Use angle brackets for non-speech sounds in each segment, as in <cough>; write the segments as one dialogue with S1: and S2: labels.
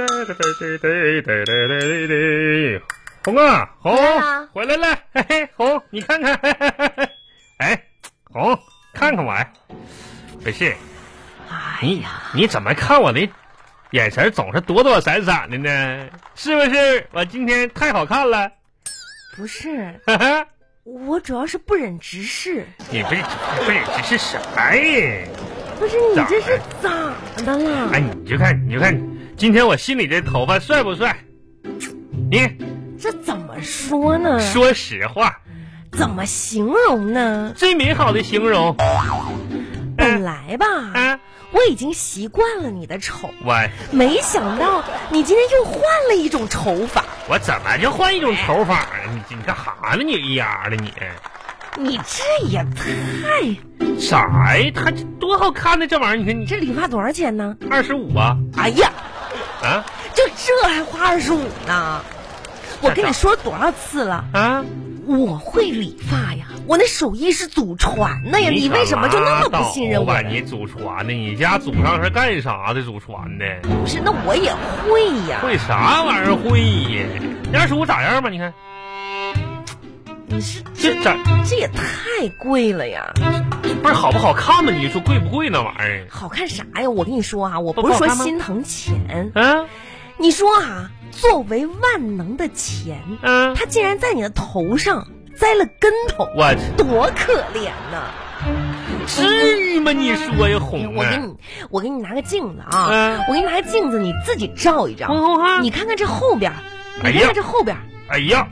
S1: 对对对对对对，红啊红
S2: 来啦
S1: 回来了，嘿嘿红，你看看，嘿嘿嘿嘿哎红，看看我哎，不是
S2: 哎
S1: 你
S2: 呀，
S1: 你怎么看我的眼神总是躲躲闪闪的呢？是不是我今天太好看了？
S2: 不是，
S1: 哈哈，
S2: 我主要是不忍直视。
S1: 你不是不是这是啥呀？
S2: 不是你
S1: 咋
S2: 这是
S1: 了
S2: 咋的了？
S1: 哎，你就看你就看，今天我心里这头发帅不帅？你
S2: 这怎么说呢？
S1: 说实话，
S2: 怎么形容呢？
S1: 最美好的形容。
S2: 本来吧，
S1: 啊，
S2: 我已经习惯了你的丑，
S1: 我
S2: 没想到你今天又换了一种丑法。
S1: 我怎么就换一种头发呢？你你干哈呢？你一丫的你
S2: 你这也太……
S1: 啥呀？他这多好看呢！这玩意儿，你看你
S2: 这理发多少钱呢？
S1: 二十五啊
S2: 哎呀，
S1: 啊
S2: 就这还花二十五呢！我跟你说多少次了，
S1: 啊！
S2: 我会理发呀，我那手艺是祖传哎的呀，你为什么就那么不信任我
S1: 吧？
S2: 呢？
S1: 你祖传的，你家祖上是干啥的？祖传的
S2: 不是，那我也会呀。
S1: 会啥玩意儿会呀？你二十五咋样吧？你看
S2: 你是
S1: 这
S2: 这
S1: 咋
S2: 这也太贵了呀！
S1: 不是好不好看吗？你说贵不贵那玩意儿？
S2: 好看啥呀？我跟你说啊，我
S1: 不
S2: 不是
S1: 好
S2: 说
S1: 看吗
S2: 心疼钱，
S1: 嗯
S2: 你说啊，作为万能的钱，
S1: 嗯，
S2: 它竟然在你的头上栽了跟头，
S1: 我
S2: 多可怜呐、
S1: 至于吗？你说呀，
S2: 哎
S1: 红
S2: 我给
S1: 啊，
S2: 你，我给你拿个镜子啊，
S1: 嗯
S2: 我给你拿个镜子，你自己照一照。
S1: 红红啊
S2: 你！看看这后边儿，
S1: 哎
S2: 你看
S1: 呀
S2: 看这后边儿，
S1: 哎呀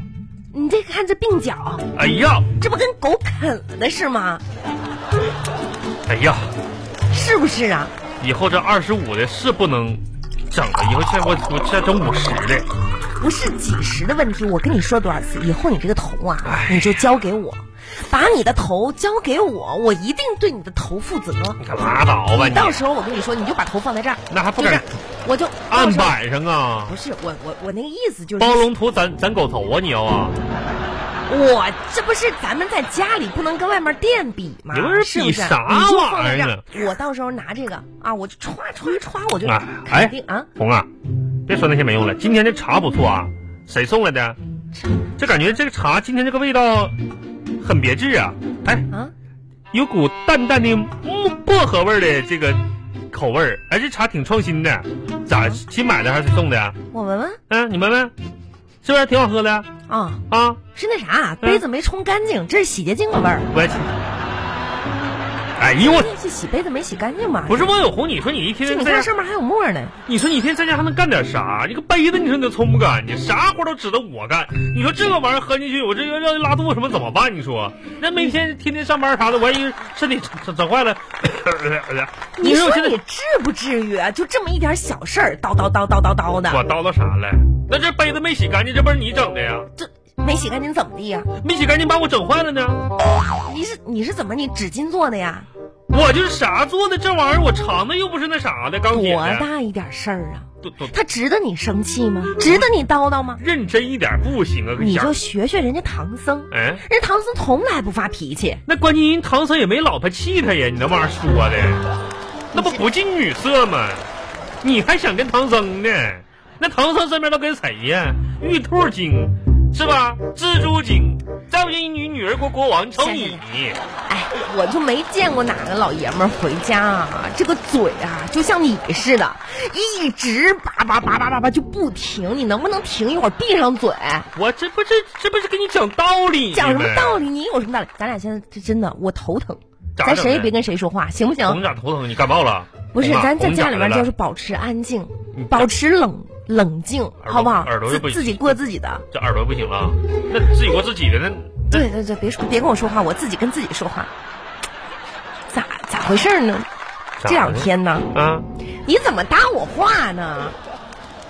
S2: 你再看这鬓角，
S1: 哎呀
S2: 这不跟狗啃了的是吗？
S1: 哎呀！
S2: 是不是啊？
S1: 以后这二十五的是不能整了，以后现在我我现在整五十的，
S2: 不是几十的问题，我跟你说多少次，以后你这个头啊
S1: 哎呀，
S2: 你就交给我，把你的头交给我，我一定对你的头负责。
S1: 你可拉倒吧
S2: 你
S1: 你！
S2: 到时候我跟你说，你就把头放在这儿，
S1: 哎那还不
S2: 就这
S1: 敢
S2: 样，我就
S1: 案
S2: 到时候
S1: 板上啊？
S2: 不是我我我那个意思就是
S1: 包龙图咱咱狗头啊你要啊？
S2: 我这不是咱们在家里不能跟外面店比吗？
S1: 你不是
S2: 是
S1: 比
S2: 不是？
S1: 啥
S2: 你就放在
S1: 玩意
S2: 这
S1: 儿啊
S2: 儿
S1: 呢，
S2: 我到时候拿这个啊，我就歘歘歘，我就
S1: 哎
S2: 肯定啊，
S1: 红啊，别说那些没用了，今天这茶不错啊，谁送来的？这感觉这个茶今天这个味道很别致啊！哎，
S2: 啊，
S1: 有股淡淡的木薄荷味儿的这个口味儿，哎，这茶挺创新的，咋新买的还是谁送的啊？
S2: 我闻闻
S1: 嗯，你闻闻，是不是挺好喝的啊？
S2: 啊，
S1: 啊
S2: 是那啥杯子没冲干净，这是洗洁精的味儿。
S1: 我去！哎呦我，
S2: 这洗杯子没洗干净吧？
S1: 不是王小红，你说你一天
S2: 这
S1: 天
S2: 你
S1: 在
S2: 看
S1: 家，
S2: 上面还有沫呢。
S1: 你说你一天在家还能干点啥？你个杯子，你说你都冲不干净，啥活都指着我干。你说这个玩意儿喝进去，我这要要拉肚子什么怎么办？你说那每天天天上班啥的，万一身体整
S2: <coughs>
S1: 整坏了，
S2: 你
S1: 说我
S2: 说
S1: 现在
S2: 你至不至于啊？就这么一点小事儿，叨叨叨叨叨叨的，
S1: 我叨叨啥了？那这杯子没洗干净，这不是你整的呀？
S2: 这没洗干净怎么的呀？
S1: 没洗干净把我整坏了呢？
S2: 你是你是怎么你纸巾做的呀？
S1: 我就是啥做的这玩意儿，我尝的又不是那啥的钢铁
S2: 多
S1: 的，
S2: 大一点事儿啊？
S1: 都都
S2: 他值得你生气吗？值得你叨叨吗？
S1: 认真一点不行啊！
S2: 你
S1: 小
S2: 就学学人家唐僧，
S1: 哎。
S2: 人唐僧从来不发脾气。
S1: 那关键人唐僧也没老婆气他呀，你那玩意儿说的，那不不近女色吗？你还想跟唐僧呢？那唐僧身边都跟谁呀？玉兔精是吧？蜘蛛精，再不行你女儿国国王瞅你
S2: 行，哎，我就没见过哪个老爷们儿回家啊，这个嘴啊，就像你似的，一直叭叭叭叭叭叭就不停。你能不能停一会儿，闭上
S1: <laughs>
S2: 嘴？
S1: 我这不是这不是跟你讲道理呢
S2: 讲什么道
S1: 吗？
S2: 理？你有什么道理？咱俩现在这真的，我头疼，
S1: 咋
S2: 咱
S1: 整
S2: 谁也
S1: 的
S2: 别跟谁说话，行不
S1: 红
S2: 行？
S1: 咋头疼？你感冒了？
S2: 不是，
S1: 红啊
S2: 咱在
S1: 红
S2: 家
S1: 咋
S2: 里
S1: 的
S2: 面
S1: 了
S2: 就是保持安静
S1: 嗯，
S2: 保持冷冷静，
S1: 朵
S2: 好不好
S1: 耳朵？又
S2: 自
S1: 不
S2: 自己过自己的。
S1: 这耳朵不行了，那自己过自己的那
S2: 对对对，别说别跟我说话，我自己跟自己说话。咋咋回事呢？这两天呢，
S1: 啊，
S2: 你怎么搭我话呢？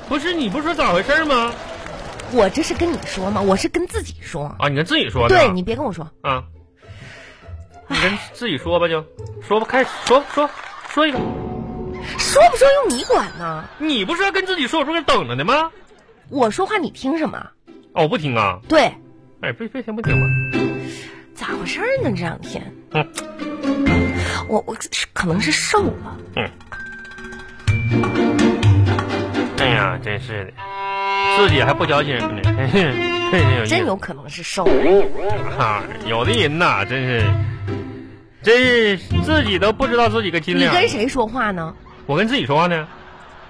S1: 不是你不是说咋回事吗？
S2: 我这是跟你说吗？我是跟自己说。
S1: 啊，你跟自己说的啊。
S2: 对你别跟我说，
S1: 啊，你跟自己说吧就，说吧，开始说说说一个，
S2: 说不说用你管呢？
S1: 你不是要跟自己说，我不是等着呢吗？
S2: 我说话你听什么？
S1: 哦，我不听啊，
S2: 对，
S1: 哎，别别听不听吧，
S2: 咋回事呢？这两天，
S1: 嗯
S2: 我我是可能是瘦了，
S1: 嗯，哎呀，真是的，自己还不矫情呢，嘿嘿嘿嘿有意思
S2: 真有可能是瘦。
S1: 啊！有的人呐、真是，真是自己都不知道自己个斤
S2: 你
S1: 两。
S2: 跟谁说话呢？
S1: 我跟自己说话呢？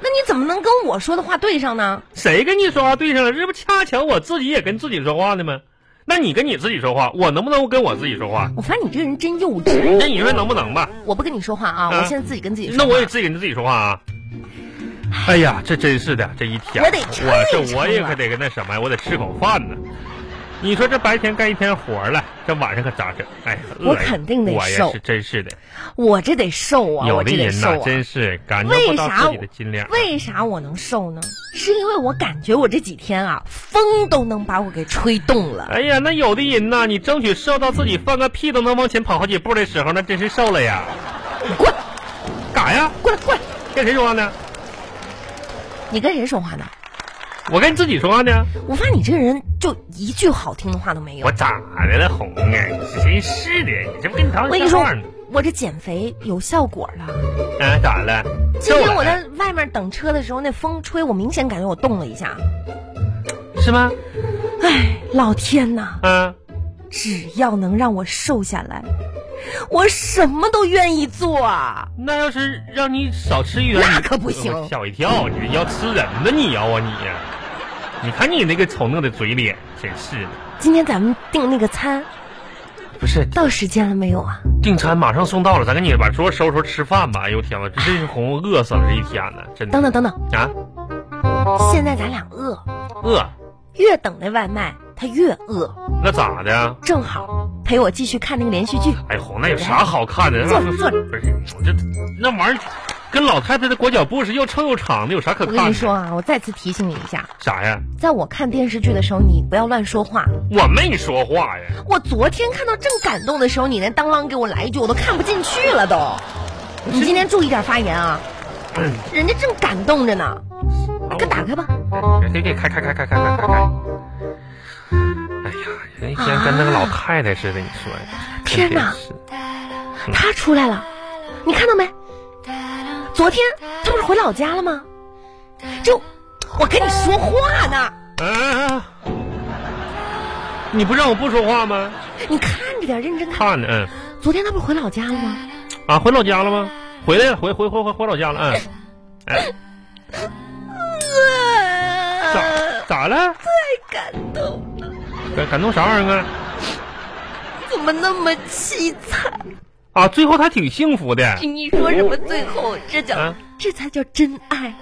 S2: 那你怎么能跟我说的话对上呢？
S1: 谁跟你说话对上了？这不恰巧我自己也跟自己说话呢吗？那你跟你自己说话，我能不能跟我自己说话？
S2: 我发现你这个人真幼稚。
S1: 那你说能不能吧？
S2: 我不跟你说话啊，
S1: 啊
S2: 我现在自己跟自己说话。
S1: 那我也自己跟自己说话啊。哎呀，这真是的，这一天
S2: 我得撑
S1: 我
S2: 一
S1: 这
S2: 撑
S1: 我也
S2: 了
S1: 可得跟那什么呀，我得吃口饭呢。你说这白天干一天活儿了，这晚上可咋整？哎呀，
S2: 我
S1: 饿呀
S2: 肯定得
S1: 我呀
S2: 瘦
S1: 是真是的，
S2: 我这得瘦啊，
S1: 有
S2: 我
S1: 的
S2: 这得
S1: 人
S2: 瘦
S1: 呐、
S2: 啊。
S1: 真是感觉不
S2: 为
S1: 到
S2: 啥
S1: 自己
S2: 我
S1: 的斤两。
S2: 为啥我能瘦呢？是因为我感觉我这几天啊，风都能把我给吹动了。
S1: 哎呀，那有的人呐、你争取瘦到自己放个屁都能往前跑好几步的时候，那真是瘦了呀！
S2: 你过来，
S1: 干啥呀？
S2: 过来，过来！
S1: 跟谁说话呢？
S2: 你跟谁说话呢？
S1: 我跟自己说话呢。
S2: 我发现你这个人就一句好听的话都没有
S1: 我。咋的了，红啊？真是的，你这不跟你
S2: 我
S1: 唐
S2: 跟
S1: 人
S2: 你
S1: 说
S2: 说
S1: 话呢？，
S2: 我这减肥有效果了。
S1: 啊，咋了？
S2: 今
S1: 瘦
S2: 天
S1: 了哎
S2: 我在外面等车的时候，那风吹，我明显感觉我动了一下。
S1: 是吗？
S2: 哎，老天呐！
S1: 啊，
S2: 只要能让我瘦下来，我什么都愿意做啊！
S1: 那要是让你少吃一点，
S2: 那
S1: 你
S2: 可不行
S1: 我吓我一跳，你要吃人呢？你要啊你？你看你那个丑恶的嘴脸，真是的。
S2: 今天咱们订那个餐
S1: 不是
S2: 到时间了没有啊？
S1: 订餐马上送到了，咱赶紧把桌收拾收拾吃饭吧。哎呦天呐，这真是红饿死了这一天呢，真的
S2: 等等等等，
S1: 啊，
S2: 现在咱俩饿，
S1: 饿
S2: 越等那外卖他越饿，
S1: 那咋的啊呀？
S2: 正好陪我继续看那个连续剧。
S1: 哎红，那有啥好看的？
S2: 坐着坐着
S1: 不是我这那玩意儿，跟老太太的裹脚布是又臭又长的，有啥可
S2: 我
S1: 看的？
S2: 跟你说啊，我再次提醒你一下，
S1: 啥呀？
S2: 在我看电视剧的时候，你不要乱说话。
S1: 我没说话呀。
S2: 我昨天看到正感动的时候，你那当啷给我来一句，我都看不进去了都。你今天注意点发言啊，人家正感动着呢，
S1: 哦
S2: 快打开吧。
S1: 哎给给开开开开开开开开！哎呀，人一天跟那个老太太似的，你说呀？
S2: 天哪
S1: 真是
S2: 他出来了，你看到没？昨天他不是回老家了吗？就我跟你说话呢，
S1: 啊！你不让我不说话吗？
S2: 你看着点，认真看。
S1: 看呢，嗯，
S2: 昨天他不是回老家了吗？
S1: 啊，回老家了吗？回来了，回回回回回老家了，嗯，哎，咋咋了？
S2: 太感动了，
S1: 感感动啥玩意儿啊？
S2: 怎么那么凄惨？
S1: 啊，最后他挺幸福的。
S2: <laughs> 你说什么？最后这叫、
S1: 啊
S2: 这才叫真爱。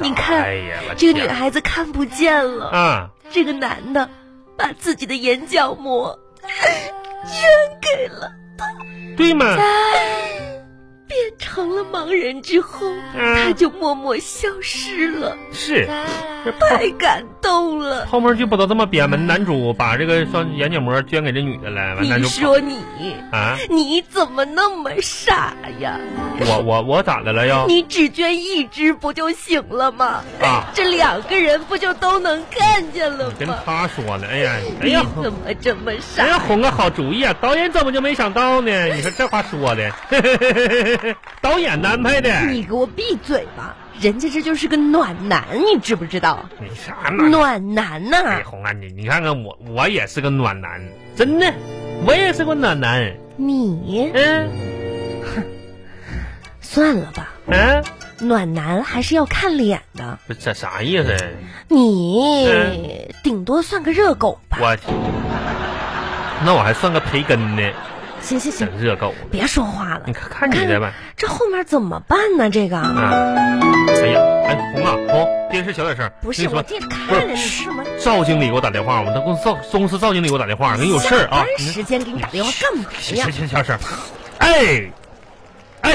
S2: 你看
S1: 哎呀，我
S2: 这个
S1: 天
S2: 女孩子看不见了，
S1: 啊，
S2: 这个男的把自己的眼角 <laughs> 膜捐给了。
S1: 对吗？
S2: 变成了盲人之后，
S1: 嗯
S2: 他就默默消失了，
S1: 是，这啊泡
S2: 太感动了。
S1: 泡沫剧不都这么编吗？男主把这个双眼角膜捐给这女的了，完男
S2: 你
S1: 主跑
S2: 说你，
S1: 啊，
S2: 你怎么那么傻呀？
S1: 我我我咋的了又？
S2: 你只捐一只不就行了吗？
S1: 啊
S2: 这两个人不就都能看见了
S1: 跟
S2: 吗？
S1: 他说呢，哎呀，哎
S2: 你
S1: 呀，
S2: 怎么这么
S1: 哎呀，
S2: 傻？
S1: 红个好主意啊！导演怎么就没想到呢？你说这话说的， <laughs> 导演安排的。
S2: 你给我闭嘴吧！人家这就是个暖男，你知不知道？
S1: 你啥嘛？
S2: 暖男呐、
S1: 哎，红啊，你你看看我，我也是个暖男，真的，我也是个暖男。
S2: 你
S1: 嗯
S2: 算了吧，
S1: 嗯，
S2: 暖男还是要看脸的。
S1: 不是这啥意思？嗯
S2: 你顶多算个热狗吧。
S1: 我那我还算个培根呢，
S2: 行行行
S1: 整，热狗。
S2: 别说话了
S1: 嗯你，看看你的吧。
S2: 这后面怎么办呢？这个
S1: 啊，哎呀，哎，红啊，红，电视小点声。
S2: 不
S1: 跟
S2: 是
S1: 你说
S2: 我这看着你是吗？
S1: 赵经理给我打电话，我们的公司赵公司赵经理给我打电话，你有事儿啊
S2: 下？班时间给你打电话干嘛
S1: 行
S2: 呀
S1: 行？行，小声。哎，哎，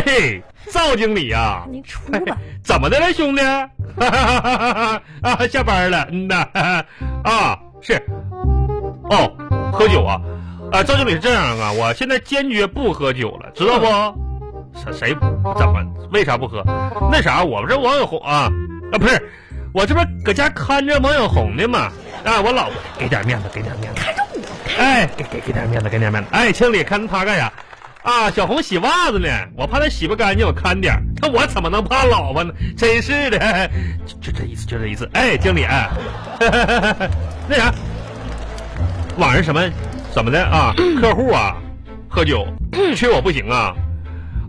S1: 赵经理啊，
S2: 你出吧，
S1: 怎么的了，兄弟？ <laughs> 哈哈哈哈哈哈啊，下班了，嗯呐， <laughs> 哈哈啊，是，哦，喝酒啊，啊，赵经理是这样啊，我现在坚决不喝酒了，知道不？谁谁怎么为啥不喝？那啥，我不是王小红啊啊，不是，我这不是搁家看着王小红呢嘛。啊，我老婆给点面子，给点面子。
S2: 看着我，
S1: 哎，给给给点面子，给点面子。哎，经理，看他干啥？啊，小红洗袜子呢，我怕她洗不干净，我看点儿。那我怎么能怕老婆呢？真是的，就就这意思，就这意思。哎，经理，哎 <laughs> 那啥，晚上什么怎么的啊？客户啊，喝酒，缺我不行啊？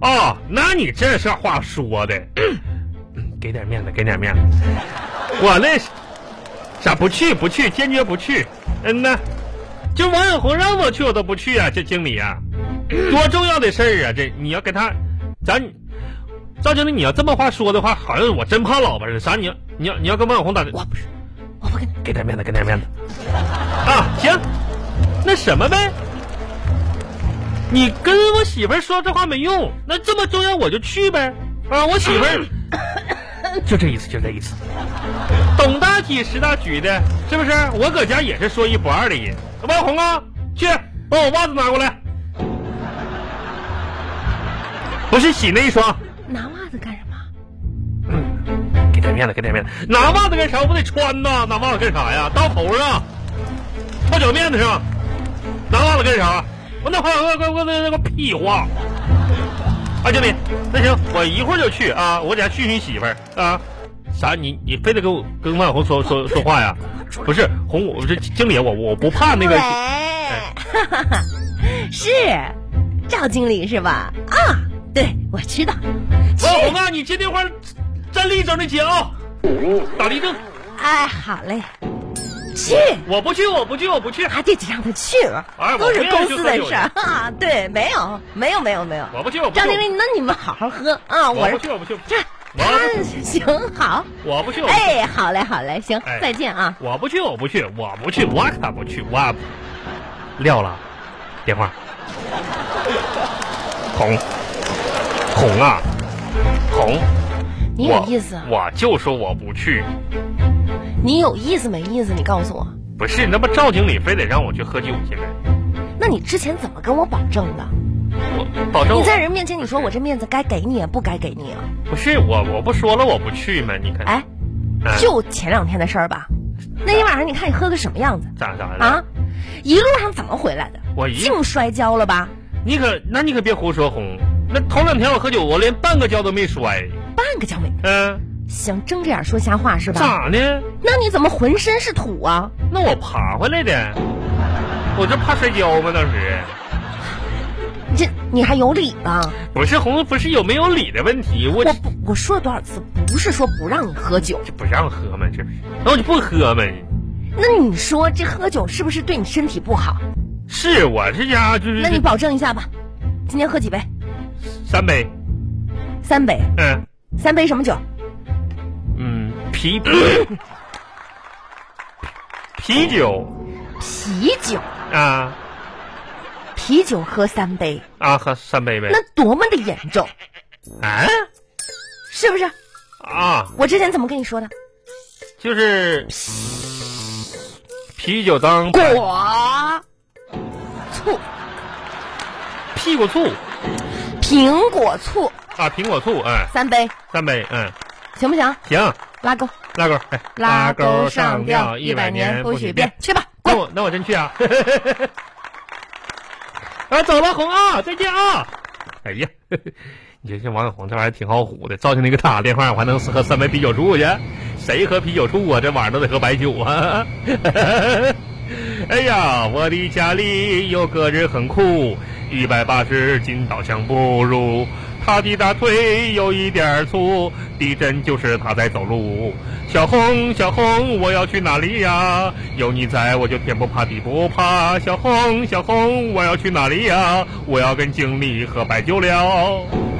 S1: 哦，那你这是话说的，嗯给点面子，给点面子。我那啥不去不去，坚决不去。嗯呐，就王小红让我去，我都不去啊！这经理啊，多重要的事儿啊！这你要跟他，咱赵经理，你要这么话说的话，好像我真怕老婆似的。啥？你要你要你要跟王小红打，
S2: 我不是，我不跟
S1: 给点面子，给点面子。啊，行，那什么呗，你跟我媳妇儿说这话没用，那这么重要我就去呗。啊，我媳妇儿。 <coughs> 就这意思，就这意思。懂大体识大局的，是不是？我搁家也是说一不二的人。王红啊，去把我袜子拿过来。不是洗那一双，
S2: 拿袜子干什么？
S1: 给点面子，给点面子。拿袜子干啥？我不得穿呐？拿袜子干啥呀？刀头上，泡脚面子上，拿袜子干啥？我那朋友给我给我那个屁话。啊，经理，那行，我一会儿就去啊，我得训训媳妇儿啊。啥？你你非得跟我跟万红说说说话呀？不是红，我这经理，我我不怕那个
S2: 喂，哈哈哈，是赵经理是吧？啊，对，我知道。去
S1: 万红啊，你接电话站立正的接啊，打立正。
S2: 哎，好嘞，去
S1: 我不去，我不去，我不去，
S2: 啊，这就让他去吧，
S1: 哎
S2: 都
S1: 我
S2: 是
S1: 不愿意
S2: 公
S1: 去
S2: 司
S1: 喝
S2: 的
S1: 酒
S2: 事儿啊。对，没有，没有，没有，没有。
S1: 我不去，我不去。
S2: 赵经理，那你们好好喝啊，
S1: 我不
S2: 是
S1: 去，我不去，我不
S2: 这
S1: 去
S2: 他行好，
S1: 我不去，我不去。
S2: 哎，好嘞，好嘞，行
S1: 哎，
S2: 再见啊。
S1: 我不去，我不去，我不去，我可不去，我不撂了电话。 <laughs> 红红啊，红，
S2: 你有意思啊？
S1: 我？我就说我不去，
S2: 你有意思没意思？你告诉我，
S1: 不是那不赵经理非得让我去喝酒去呗？
S2: 那你之前怎么跟我保证的？
S1: 哦我保证
S2: 你
S1: 我
S2: 在人面前你说我这面子该给你也不该给你啊？
S1: 不是我，我不说了我不去吗？你看，
S2: 哎，
S1: 哎
S2: 就前两天的事儿吧。
S1: 嗯
S2: 那天晚上你看你喝个什么样子
S1: 咋咋的？
S2: 啊？一路上怎么回来的？
S1: 我一
S2: 净摔跤了吧？
S1: 你可那你可别胡说红。那头两天我喝酒，我连半个跤都没摔。
S2: 半个脚没。
S1: 嗯、
S2: 行，睁着眼说瞎话是吧？
S1: 咋呢？
S2: 那你怎么浑身是土啊？
S1: 那我爬回来的，我这怕摔跤吗？当时
S2: 你这你还有理啊？
S1: 不是红，不是有没有理的问题，我
S2: 我不，我说了多少次，不是说不让你喝酒。
S1: 这不让喝吗？这不是，那我就不喝呗。
S2: 那你说这喝酒是不是对你身体不好？
S1: 嗯是我这家就是
S2: 那你保证一下吧，今天喝几杯？
S1: 三杯，
S2: 三杯，
S1: 嗯
S2: 三杯什么酒？
S1: 嗯，啤啤酒
S2: 啤酒，
S1: 啊
S2: 啤酒喝三杯，
S1: 啊，喝三杯呗。
S2: 那多么的严重，
S1: 啊
S2: 是不是？
S1: 啊，
S2: 我之前怎么跟你说的？
S1: 就是啤酒当
S2: 果醋、
S1: 屁股醋
S2: 苹果醋
S1: 啊，苹果醋，哎，
S2: 三杯，
S1: 三杯，嗯，
S2: 行不行？
S1: 行。
S2: 拉钩，
S1: 拉钩，哎，
S2: 钩上吊，一百年不许变。。去吧，
S1: 那
S2: 滚！
S1: 我那我真去啊！ <laughs> 啊，走了，红啊，再见啊！哎呀，你说这王小红这玩意儿挺好唬的，照经理给打个电话，我还能喝三杯啤酒醋去？谁喝啤酒醋啊？这晚上都得喝白酒啊！ <laughs> 哎呀，我的家里有个人很酷，一百八十斤刀枪不入。他的大腿有一点儿粗，地震就是他在走路。小红，小红，我要去哪里呀？有你在，我就天不怕地不怕。小红，小红，我要去哪里呀？我要跟经理喝白酒了。